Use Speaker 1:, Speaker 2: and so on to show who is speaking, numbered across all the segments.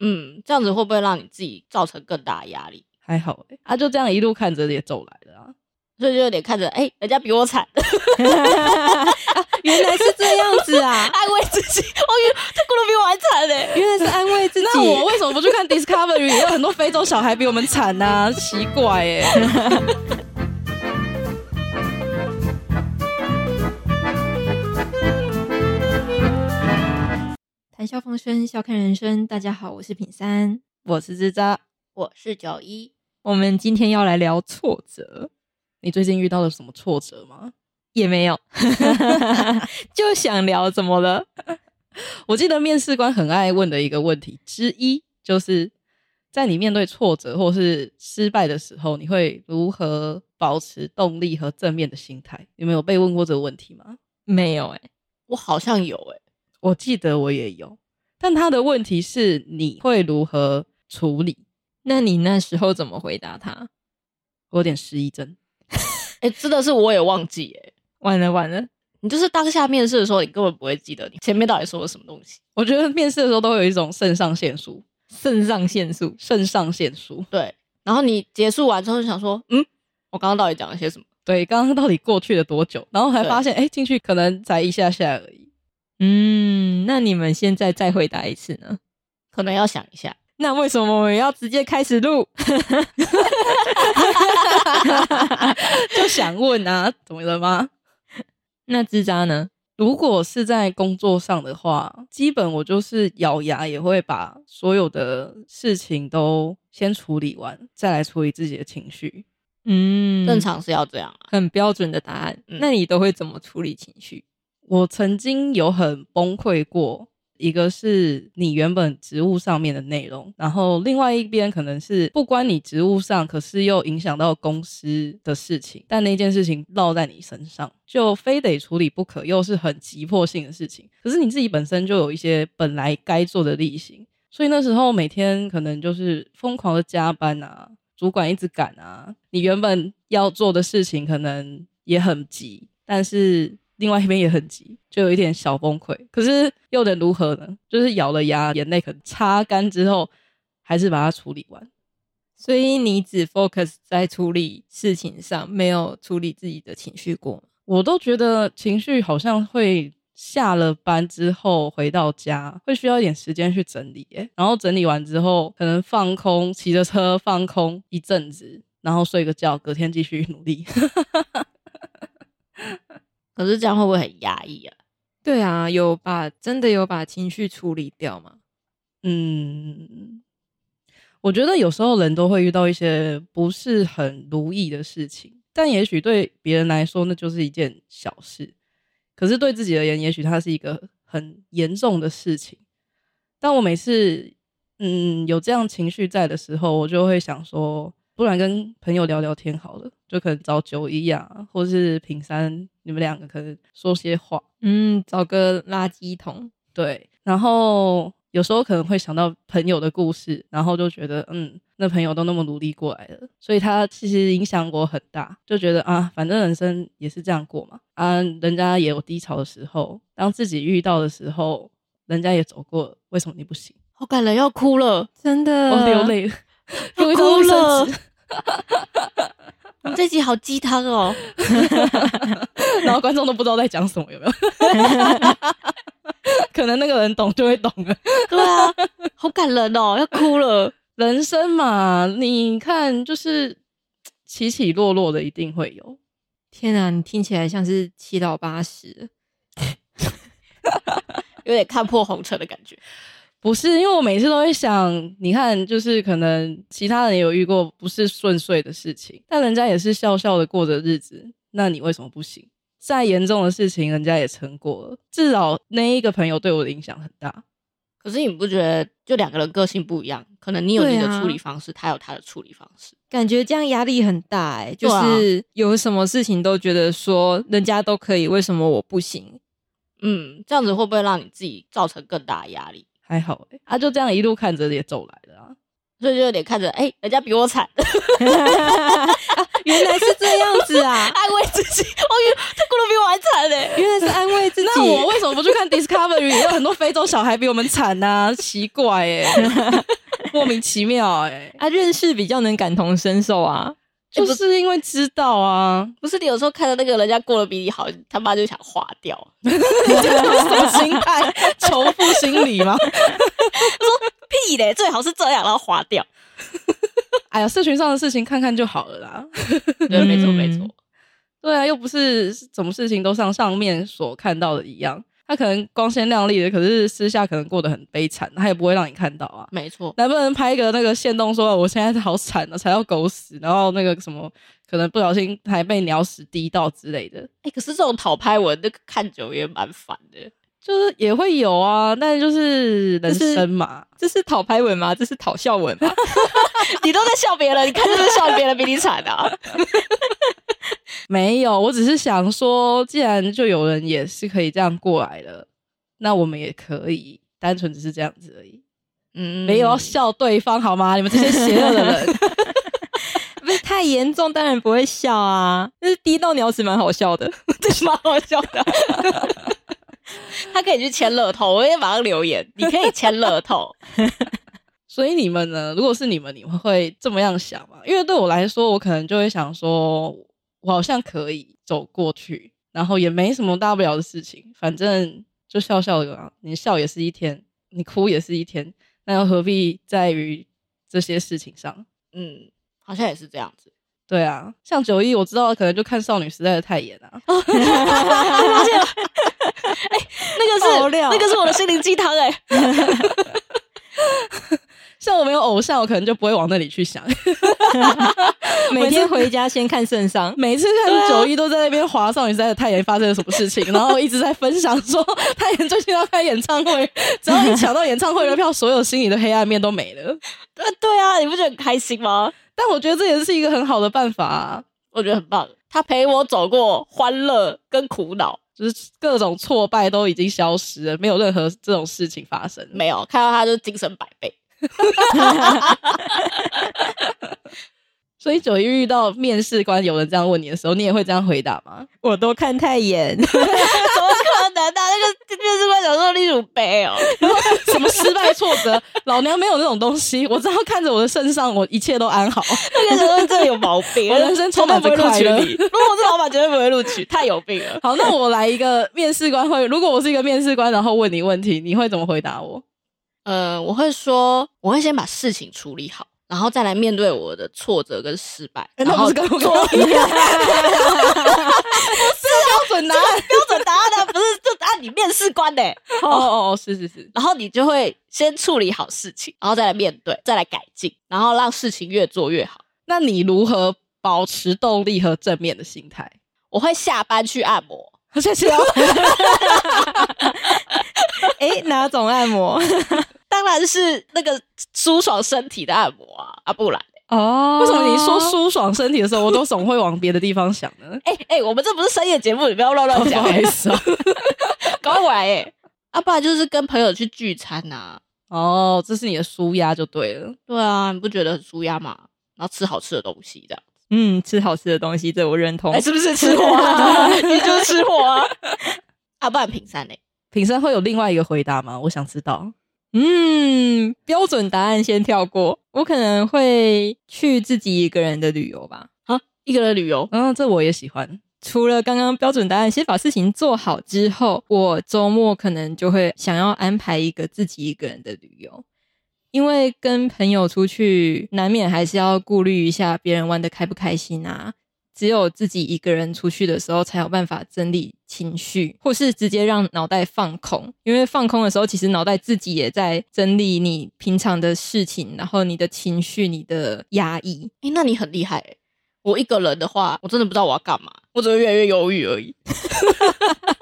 Speaker 1: 嗯，这样子会不会让你自己造成更大的压力？
Speaker 2: 还好哎、他就这样一路看着也走来的 啊。
Speaker 1: 所以就有点看着，哎、人家比我惨，
Speaker 3: 原来是这样子 啊，
Speaker 1: 安慰自己。哦，原这咕噜比我还惨欸嘞、
Speaker 3: 原来是安慰自己。
Speaker 2: 那我为什么不去看 Discovery？也有很多非洲小孩比我们惨呐、奇怪哎、
Speaker 3: 谈笑风生，笑看人生。大家好，我是品三。
Speaker 2: 我是吱喳，
Speaker 1: 我是九一，
Speaker 3: 我们今天要来聊挫
Speaker 2: 折。你最近遇到了什么挫折吗？
Speaker 3: 也没 有， 就想聊怎么了？
Speaker 2: 我记得面试官很爱问的一个问题之一，就是在你面对挫折或是失败的时候，你会如何保持动力和正面的心态？你们有被问过这个问题吗？
Speaker 3: 没有哎、
Speaker 1: 我好像有哎、
Speaker 2: 我记得我也有，但他的问题是你会如何处理？
Speaker 3: 那你那时候怎么回答他？
Speaker 2: 我有点失忆症。
Speaker 1: 哎、真的是我也忘记哎、
Speaker 3: 完了完了，
Speaker 1: 你就是当下面试的时候，你根本不会记得你前面到底说了什么东西。
Speaker 2: 我觉得面试的时候都会有一种肾上腺素，
Speaker 3: 肾上腺素。
Speaker 2: 肾上腺素。
Speaker 1: 对，然后你结束完之后就想说，嗯，我刚刚到底讲了些什么？
Speaker 2: 对，刚刚到底过去了多久？然后才
Speaker 1: 对
Speaker 2: 发现，哎，进去可能才一下下而已。
Speaker 3: 嗯，那你们现在再回答一次呢？
Speaker 1: 可能要想一下。
Speaker 3: 那为什么我们要直接开始录？
Speaker 2: 就想问啊，怎么了吗？
Speaker 3: 那吱喳呢？
Speaker 2: 如果是在工作上的话，基本我就是咬牙也会把所有的事情都先处理完，再来处理自己的情绪。
Speaker 3: 嗯，
Speaker 1: 正，常是要这样啊。
Speaker 3: 很标准的答案。
Speaker 1: 嗯
Speaker 3: 那你都会怎么处理情绪？
Speaker 2: 我曾经有很崩溃过，一个是你原本职务上面的内容，然后另外一边可能是不关你职务上，可是又影响到公司的事情，但那件事情落在你身上，就非得处理不可，又是很急迫性的事情。可是你自己本身就有一些本来该做的例行，所以那时候每天可能就是疯狂的加班啊，主管一直赶啊，你原本要做的事情可能也很急，但是另外一边也很急，就有一点小崩溃。可是又能如何呢？就是咬了牙，眼泪可能擦干之后，还是把它处理完。
Speaker 3: 所以你只 focus 在处理事情上，没有处理自己的情绪过吗
Speaker 2: 我都觉得情绪好像会下了班之后回到家，会需要一点时间去整理耶。然后整理完之后，可能放空，骑着车放空一阵子，然后睡个觉，隔天继续努力。
Speaker 1: 可是这样会不会很压抑啊？
Speaker 3: 对啊，有把真的有把情绪处理掉吗？
Speaker 2: 嗯，我觉得有时候人都会遇到一些不是很如意的事情，但也许对别人来说那就是一件小事，可是对自己而言，也许它是一个很严重的事情。但我每次嗯有这样情绪在的时候，我就会想说，不然跟朋友聊聊天好了，就可能找九一啊，或是平山，你们两个可能说些话，
Speaker 3: 嗯，找个垃圾桶。
Speaker 2: 对，然后有时候可能会想到朋友的故事，然后就觉得，嗯，那朋友都那么努力过来了，所以他其实影响我很大，就觉得啊，反正人生也是这样过嘛，啊，人家也有低潮的时候，当自己遇到的时候，人家也走过了，为什么你不行？
Speaker 1: 好感人，要哭了。
Speaker 3: 真的，
Speaker 2: 我流泪了，
Speaker 1: 要
Speaker 2: 有一张
Speaker 1: 哭
Speaker 2: 卫生
Speaker 1: 了
Speaker 2: 纸
Speaker 1: 我们这集好鸡汤哦，
Speaker 2: 然后观众都不知道在讲什么，有 没有？可能那个人懂就会懂了。
Speaker 1: 对啊，好感人 哦，要哭了。
Speaker 2: 人生嘛，你看就是起起落落的，一定会有。
Speaker 3: 天啊，你听起来像是七老八十。
Speaker 1: 有点看破红尘的感觉。
Speaker 2: 不是，因为我每次都会想，你看，就是可能其他人也有遇过不是顺遂的事情，但人家也是笑笑的过着日子，那你为什么不行？再严重的事情，人家也撑过了，至少那一个朋友对我的影响很大。
Speaker 1: 可是你不觉得，就两个人个性不一样，可能你有你
Speaker 3: 对啊
Speaker 1: 的处理方式，他有他的处理方式。
Speaker 3: 感觉这样压力很大哎、就
Speaker 1: 对啊
Speaker 3: 是有什么事情都觉得说人家都可以，为什么我不行？
Speaker 1: 嗯，这样子会不会让你自己造成更大的压力？
Speaker 2: 还好欸，啊，就这样一路看着也走来的啊。
Speaker 1: 所以就有点看着，哎、人家比我惨，
Speaker 2: 原来是这样子啊，
Speaker 1: 安慰自己。哎哦我以为他过得比我还惨欸嘞。
Speaker 2: 原来是安慰自己。
Speaker 4: 那我为什么不去看 Discovery？有很多非洲小孩比我们惨呐、奇怪 哎、莫名其妙哎、
Speaker 2: 啊，认识比较能感同身受啊。
Speaker 4: 就是因为知道啊，
Speaker 1: 不是你有时候看到那个人家过得比你好，他妈就想划掉。
Speaker 4: 什么心态？ 仇富心理吗？
Speaker 1: 屁嘞，最好是这样，然后划 掉。
Speaker 4: 哎呀，社群上的事情看看就好了啦。
Speaker 1: 对，没错没错。
Speaker 4: 对啊，又不是什么事情都像上面所看到的一样，他可能光鲜亮丽的，可是私下可能过得很悲惨，他也不会让你看到啊。
Speaker 1: 没错，
Speaker 4: 能不能拍一个那个线动说我现在好惨啊，踩到狗屎，然后那个什么可能不小心还被鸟屎滴到之类的，
Speaker 1: 哎、可是这种讨拍文，那个看久也蛮烦的。
Speaker 4: 就是也会有啊，但就是人生嘛，
Speaker 2: 这是讨拍文吗？这是讨笑文吗？
Speaker 1: 你都在笑别人，你看是不是笑别人比你惨 啊？
Speaker 4: 没有，我只是想说，既然就有人也是可以这样过来了，那我们也可以，单纯只是这样子而已，
Speaker 1: 嗯，
Speaker 4: 没有要笑对方好吗？你们这些邪恶的人，
Speaker 2: 不是太严重，当然不会笑 啊。但是滴到鸟屎蛮好笑的，
Speaker 1: 这蛮好笑的。他可以去签乐透，我也马上留 言。你可以签乐透，
Speaker 4: 所以你们呢？如果是你们，你们会这么样想吗？因为对我来说，我可能就会想说，我好像可以走过去，然后也没什么大不了的事情，反正就笑笑的嘛。啊你笑也是一天，你哭也是一天，那又何必在于这些事情上？
Speaker 1: 嗯，好像也是这样子。
Speaker 4: 对啊，像九一，我知道可能就看少女时代的太妍啊，
Speaker 1: 那个
Speaker 2: 爆
Speaker 1: 是
Speaker 2: 料
Speaker 1: 那个是我的心灵鸡汤
Speaker 4: 欸
Speaker 1: 哎，
Speaker 4: 像我没有偶像，我可能就不会往那里去想。
Speaker 2: 每天回家先看圣上，
Speaker 4: 每次看九一都在那边划少女时代的泰妍发生了什么事情，
Speaker 2: 啊
Speaker 4: 然后一直在分享说泰妍最近要开演唱会，只要一抢到演唱会的票，所有心里的黑暗面都没了。
Speaker 1: 呃，对啊，你不觉得很开心吗？
Speaker 4: 但我觉得这也是一个很好的办法、啊，
Speaker 1: 我觉得很棒，他陪我走过欢乐跟苦恼，
Speaker 4: 就是各种挫败都已经消失了，没有任何这种事情发生。
Speaker 1: 没有看到他就精神百倍。
Speaker 4: 所以九一遇到面试官有人这样问你的时候，你也会这样回答 吗？
Speaker 2: 我都看太 严。
Speaker 1: 怎么可能呢、那个面试官想说你乳杯哦，
Speaker 4: 什么失败挫折，老娘没有那种东西，我只要看着我的身上，我一切都安好。
Speaker 1: 那个想说这里有毛 病，
Speaker 4: 我人生充满
Speaker 1: 老板
Speaker 4: 着
Speaker 1: 不会录取
Speaker 4: 快乐
Speaker 1: 你。如果我是老板，绝对不会录取，太有病了。
Speaker 4: 好，那我来一个面试官会，如果我是一个面试官，然后问你问题，你会怎么回答我？
Speaker 1: 呃，我会说，我会先把事情处理好，然后再来面对我的挫折跟失败。
Speaker 4: 欸
Speaker 1: 然
Speaker 4: 那
Speaker 1: 后
Speaker 4: 不是跟我刚刚一 样标准 啊答案。
Speaker 1: 标准答案呢、不是就按你面试官呢、
Speaker 4: 哦哦哦，是是是，
Speaker 1: 然后你就会先处理好事情，然后再来面对，再来改进，然后让事情越做越好。
Speaker 4: 那你如何保持动力和正面的心态？
Speaker 1: 我会下班去按摩，
Speaker 4: 谢 谢哦。
Speaker 2: 哎，哪种按摩？
Speaker 1: 当然是那个舒爽身体的按摩啊，啊不然嘞。
Speaker 2: 哦
Speaker 4: 为什么你说舒爽身体的时候，我都总会往别的地方想呢？
Speaker 1: 哎、哎、我们这不是深夜节目，你不要乱乱
Speaker 4: 不
Speaker 1: 讲、
Speaker 4: 好意 思哦。
Speaker 1: 搞我来哎、啊不然就是跟朋友去聚餐啊呐、
Speaker 4: 哦，这是你的舒压就对了。
Speaker 1: 对啊，你不觉得很舒压吗？然后吃好吃的东西这样。
Speaker 2: 嗯，吃好吃的东西，这我认同
Speaker 1: 哎、。是不是 吃货啊？你就是吃货啊！ 啊，不然平山嘞、
Speaker 4: 品生会有另外一个回答吗？我想知道。
Speaker 2: 嗯，标准答案先跳过。我可能会去自己一个人的旅游吧。
Speaker 1: 啊，一个人旅游，
Speaker 4: 嗯，这我也喜欢。
Speaker 2: 除了刚刚标准答案，先把事情做好之后，我周末可能就会想要安排一个自己一个人的旅游，因为跟朋友出去，难免还是要顾虑一下别人玩的开不开心啊。只有自己一个人出去的时候，才有办法整理情绪，或是直接让脑袋放空。因为放空的时候，其实脑袋自己也在整理你平常的事情，然后你的情绪、你的压抑。
Speaker 1: 哎、那你很厉害、欸。我一个人的话，我真的不知道我要干嘛，我只会越来越忧郁而已。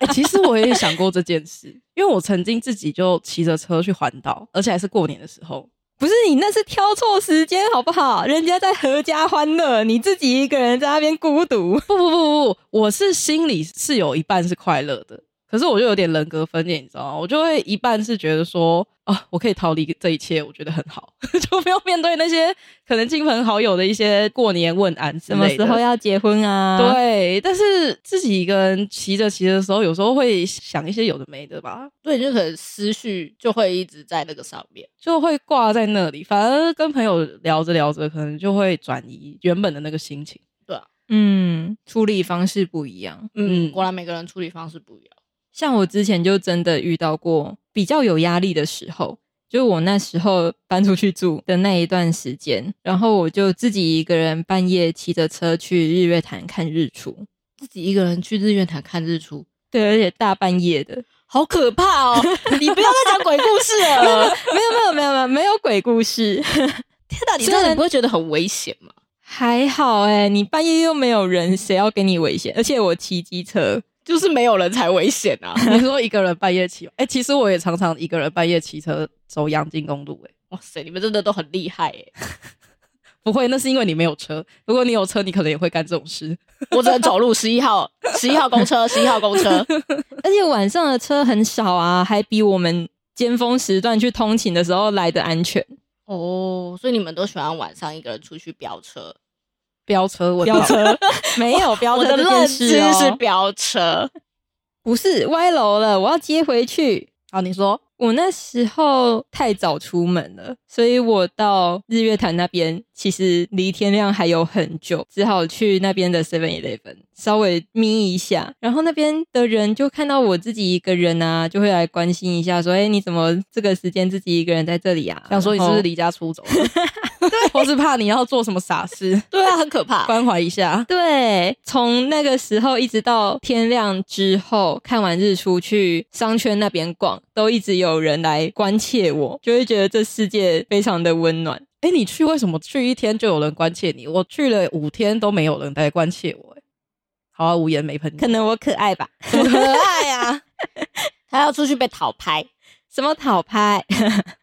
Speaker 4: 欸其实我也想过这件事，因为我曾经自己就骑着车去环岛，而且还是过年的时候。
Speaker 2: 不是你那是挑错时间好不好？人家在阖家欢乐，你自己一个人在那边孤独。
Speaker 4: 不不不不，我是心里是有一半是快乐的，可是我就有点人格分裂，你知道吗？我就会一半是觉得说啊，我可以逃离这一切，我觉得很好， 就不用面对那些可能亲朋好友的一些过年问安之
Speaker 2: 什么
Speaker 4: 类
Speaker 2: 时
Speaker 4: 的。
Speaker 2: 候要结婚啊？，
Speaker 4: 对，但是自己一个人骑着骑着的时候，有时候会想一些有的没的吧，
Speaker 1: 对，就可能思绪就会一直在那个上面。
Speaker 4: 就会挂在那里。反而跟朋友聊着聊着，可能就会转移原本的那个心情。
Speaker 2: 嗯，处理方式不一样。
Speaker 4: 嗯
Speaker 1: 果然每个人处理方式不一样。
Speaker 2: 像我之前就真的遇到过比较有压力的时候，就我那时候搬出去住的那一段时间，然后我就自己一个人半夜骑着车去日月潭看日出，
Speaker 1: 自己一个人去日月潭看日出，
Speaker 2: 对，而且大半夜的，
Speaker 1: 好可怕哦！ 你不要再讲鬼故事了。
Speaker 2: 没有没有没有没有没有鬼故事，
Speaker 1: 天哪，你这
Speaker 2: 虽
Speaker 1: 样
Speaker 2: 然
Speaker 1: 你不会觉得很危险吗？
Speaker 2: 还好哎、你半夜又没有人，谁要给你危险？而且我骑机车，
Speaker 1: 就是没有人才危险啊！
Speaker 4: 你说一个人半夜骑吗，哎、其实我也常常一个人半夜骑车走阳金公路、哎，
Speaker 1: 哇塞，你们真的都很厉害欸耶！
Speaker 4: 不会，那是因为你没有车。如果你有车，你可能也会干这种事。
Speaker 1: 我只能走路，十一号，十一号公车，十一号公车。
Speaker 2: 而且晚上的车很少啊，还比我们尖峰时段去通勤的时候来的安全。
Speaker 1: 哦，所以你们都喜欢晚上一个人出去飙车？
Speaker 4: 飙车，我
Speaker 2: 飙车 没有飙
Speaker 1: 我
Speaker 2: 车
Speaker 1: 的
Speaker 2: 这
Speaker 1: 认
Speaker 2: 件事
Speaker 1: 知
Speaker 2: 哦
Speaker 1: 是飙车，
Speaker 2: 不是歪楼了，我要接回去。
Speaker 4: 好，哦你说
Speaker 2: 我那时候太早出门了，所以我到日月潭那边其实离天亮还有很久，只好去那边的 Seven Eleven 稍微眯一下。然后那边的人就看到我自己一个人啊，就会来关心一下，说：“哎、你怎么这个时间自己一个人在这里啊？”
Speaker 4: 想说你是不
Speaker 2: 然
Speaker 4: 是
Speaker 2: 后
Speaker 4: 离家出走了？ 我是怕你要做什么傻事，
Speaker 1: 对啊，很可怕。
Speaker 4: 关怀一下。
Speaker 2: 对，从那个时候一直到天亮之后，看完日出去商圈那边逛，都一直有人来关切我，就会觉得这世界非常的温暖。
Speaker 4: 哎、你去为什么去一天就有人关切你？我去了五天都没有人来关切我、哎，好啊，无言没朋友
Speaker 2: 可。能我可爱吧？
Speaker 1: 很可爱啊！他要出去被讨拍，
Speaker 2: 什么讨 拍？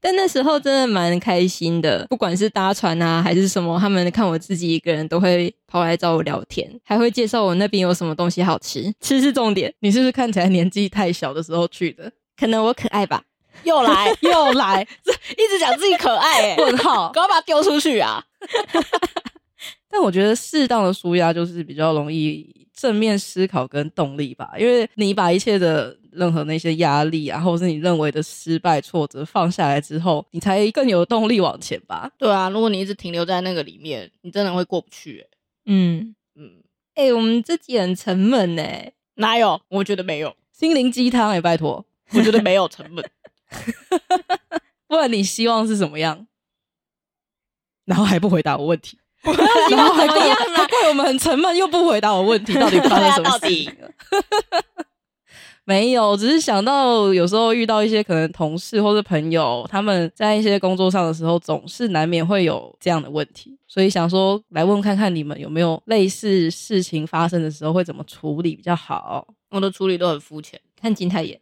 Speaker 2: 但那时候真的蛮开心的，不管是搭船啊还是什么，他们看我自己一个人都会跑来找我聊天，还会介绍我那边有什么东西好吃，吃是重点。
Speaker 4: 你是不是看起来年纪太小的时候去的？
Speaker 2: 可能我可爱吧？
Speaker 1: 又来
Speaker 4: 又来
Speaker 1: 一直讲自己可爱、欸，
Speaker 4: 问号。
Speaker 1: 赶快把他丢出去啊！
Speaker 4: 但我觉得适当的舒压就是比较容易正面思考跟动力吧，因为你把一切的任何那些压力啊，或者是你认为的失败、挫折放下来之后，你才更有动力往前吧。
Speaker 1: 对啊，如果你一直停留在那个里面，你真的会过不去、欸。
Speaker 2: 嗯，
Speaker 1: 嗯，
Speaker 2: 哎、我们这集很沉闷欸呢、
Speaker 1: 哪有？我觉得没有，
Speaker 4: 心灵鸡
Speaker 2: 欸
Speaker 4: 汤哎，拜托，
Speaker 1: 我觉得没有成本。
Speaker 4: 不然你希望是什么样？然后还不回答我问题，
Speaker 2: 希
Speaker 4: 然后
Speaker 2: 望
Speaker 4: 还
Speaker 2: 怎么
Speaker 4: 怪
Speaker 2: 样
Speaker 4: 我还怪我们很沉闷，又不回答我问题，到底发
Speaker 1: 啊
Speaker 4: 生什么事情了？没有，只是想到有时候遇到一些可能同事或是朋友，他们在一些工作上的时候，总是难免会有这样的问题，所以想说来问看看你们有没有类似事情发生的时候会怎么处理比较好。
Speaker 1: 我的处理都很肤浅，
Speaker 2: 看金泰妍。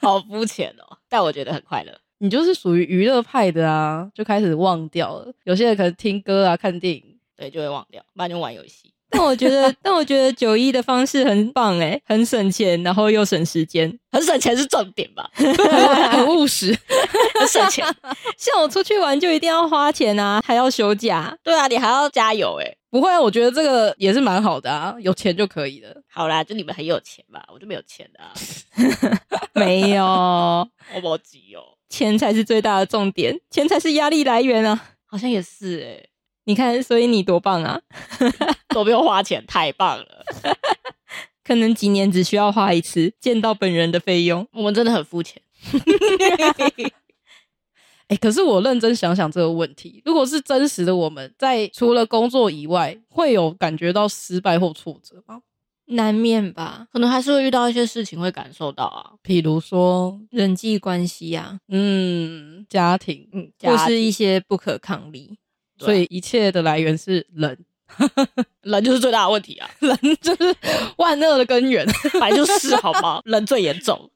Speaker 1: 好肤浅哦，但我觉得很快乐。
Speaker 4: 你就是属于娱乐派的啊，就开始忘掉了。有些人可能听歌啊、看电影，
Speaker 1: 对，就会忘掉，不然就玩游戏。
Speaker 2: 但我觉得，但我觉得九一的方式很棒哎，很省钱，然后又省时间。
Speaker 1: 很省钱是重点吧？
Speaker 4: 很务实。
Speaker 1: 很省 钱。
Speaker 2: 像我出去玩就一定要花钱啊，还要休假。
Speaker 1: 对啊，你还要加油哎、
Speaker 4: 不会啊，我觉得这个也是蛮好的啊，有钱就可以了。
Speaker 1: 好啦，就你们很有钱吧，我就没有钱的、啊，
Speaker 2: 没有，
Speaker 1: 我没急哦。
Speaker 2: 钱才是最大的重点，钱才是压力来源啊！
Speaker 1: 好像也是哎、
Speaker 2: 你看，所以你多棒啊！
Speaker 1: 都不用花钱，太棒了。
Speaker 2: 可能几年只需要花一次见到本人的费用。
Speaker 1: 我们真的很肤浅。
Speaker 4: 哎，可是我认真想想这个问题，如果是真实的，我们在除了工作以外，会有感觉到失败或挫折吗？
Speaker 2: 难免吧，
Speaker 1: 可能还是会遇到一些事情会感受到啊，
Speaker 4: 比如说，
Speaker 2: 人际关系啊，
Speaker 4: 嗯，家庭，
Speaker 1: 嗯，
Speaker 2: 或
Speaker 1: 家
Speaker 2: 是一些不可抗力。
Speaker 1: 对啊
Speaker 4: 所以一切的来源是人，
Speaker 1: 人就是最大的问题啊，
Speaker 4: 人就是万恶的根源。
Speaker 1: 本来就是好吗？人最严重。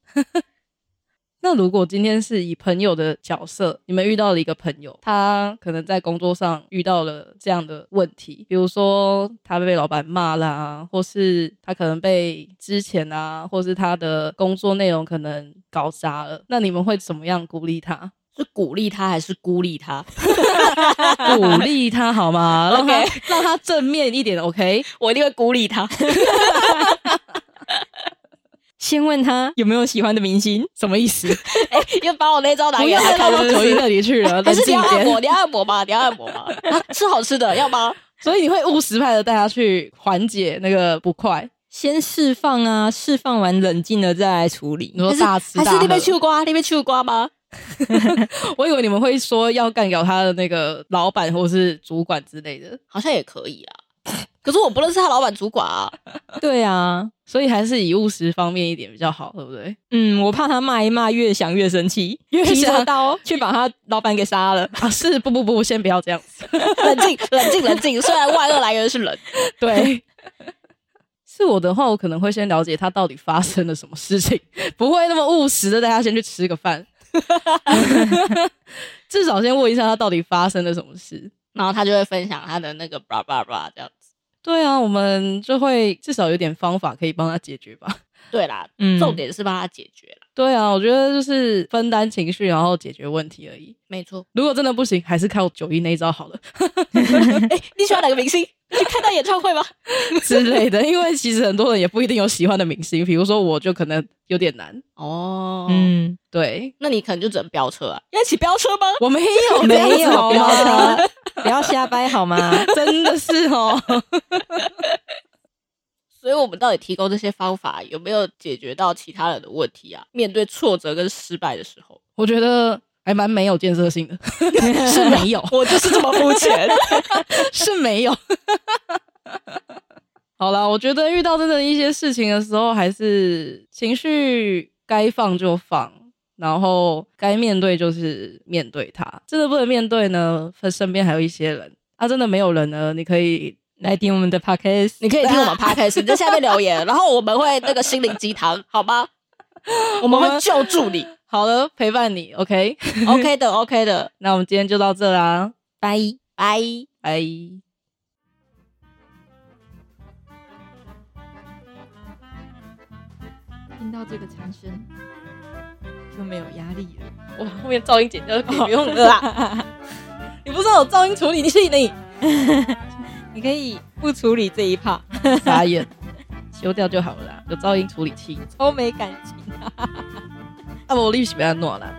Speaker 4: 那如果今天是以朋友的角色，你们遇到了一个朋友，他可能在工作上遇到了这样的问题，比如说他被老板骂啦，或是他可能被之前啊，或是他的工作内容可能搞砸了，那你们会怎么样鼓励他？
Speaker 1: 是鼓励他还是孤立他？
Speaker 4: 鼓励他 好吗？让他
Speaker 1: OK
Speaker 4: 让他正面一点，OK？
Speaker 1: 我一定会孤立他。
Speaker 2: 先问他有没有喜欢的明星，
Speaker 4: 什么意思？
Speaker 1: 哎、又把我那招拿
Speaker 2: 哎
Speaker 4: 不
Speaker 1: 给
Speaker 4: 要
Speaker 1: 他
Speaker 4: 再
Speaker 1: 看了
Speaker 4: 跑到
Speaker 1: 是不
Speaker 4: 口
Speaker 1: 是
Speaker 4: 音那里去 了，
Speaker 1: 还
Speaker 4: 冷
Speaker 1: 是你
Speaker 4: 静
Speaker 1: 要
Speaker 4: 一
Speaker 1: 按摩，
Speaker 4: 点。
Speaker 1: 你要按摩吧，你要按摩吧，啊吃好吃的要吗？
Speaker 4: 所以你会务实派的带他去缓解那个不快，
Speaker 2: 先释放啊，释放完冷静了再来处理
Speaker 4: 你。说
Speaker 1: 还是
Speaker 4: 大吃
Speaker 1: 还
Speaker 4: 大
Speaker 1: 是那边
Speaker 4: 喝。
Speaker 1: 秋瓜，那边秋瓜吗？
Speaker 4: 我以为你们会说要干掉他的那个老板或是主管之类的，
Speaker 1: 好像也可以啊。 可是我不认识他老板主管啊，
Speaker 2: 对啊，
Speaker 4: 所以还是以务实方面一点比较好，对不对？
Speaker 2: 嗯，我怕他骂一骂，越想越生气，
Speaker 4: 越
Speaker 2: 提着
Speaker 4: 想
Speaker 2: 刀去把他老板给杀了。
Speaker 4: 啊，是不不不，先不要 这样子。
Speaker 1: 冷静， 冷静，冷静。虽然万恶来源是人，
Speaker 4: 对，是我的话，我可能会先了解他到底发生了什么事情，不会那么务实的带他先去吃个饭， 至少先问一下他到底发生了什么事。
Speaker 1: 然后他就会分享他的那个 blah blah blah 这样子。
Speaker 4: 对啊，我们就会至少有点方法可以帮他解决吧。
Speaker 1: 对啦，
Speaker 2: 嗯
Speaker 1: 重点是帮他解决啦。
Speaker 4: 对啊，我觉得就是分担情绪，然后解决问题而已。
Speaker 1: 没 错。
Speaker 4: 如果真的不行，还是靠九一那一招好了
Speaker 1: 哎，你喜欢哪个明星？你去看他演唱会吗？
Speaker 4: 之类的，因为其实很多人也不一定有喜欢的明星，比如说我就可能有点难。
Speaker 1: 哦，嗯，
Speaker 2: 嗯，
Speaker 4: 对
Speaker 1: 那你可能就只能飙车啊，要一起飙车吗？
Speaker 4: 我没有 啊
Speaker 2: 没
Speaker 4: 这样
Speaker 2: 有
Speaker 4: 子好吗
Speaker 2: 吗？ 不要瞎掰好吗？
Speaker 4: 啊真的是哦，
Speaker 1: 所以我们到底提供这些方法有没有解决到其他人的问题啊？面对挫折跟失败的时 候，
Speaker 4: 我觉得还蛮没有建设性的， 是没有，
Speaker 1: 我就是这么肤浅。
Speaker 4: 是没有。 好啦，我觉得遇到真的一些事情的时候，还是情绪该放就放，然后该面对就是面对它。真的不能面对呢，身边还有一些人。啊，真的没有人呢，你可以
Speaker 2: 来听我们的 podcast，
Speaker 1: 你可以听 我们 podcast，你在下面留言，然后我们会那个心灵鸡汤，好吗？我们会救助 你
Speaker 4: 好了陪伴你，OK？
Speaker 1: ，OK 的，OK 的，
Speaker 4: 那我们今天就到这啦，
Speaker 1: 拜拜。
Speaker 4: 拜。
Speaker 2: 听到这个枪声就没有压力了。
Speaker 4: 哇，后面噪音剪掉就可以不 用了啦。 你不知道有噪音处理器呢，
Speaker 2: 你可以不处理这一趴，
Speaker 4: 傻眼，修掉就好了啦，有噪音处理器。
Speaker 2: 超没感情。
Speaker 4: 啊，无你是要安怎啦？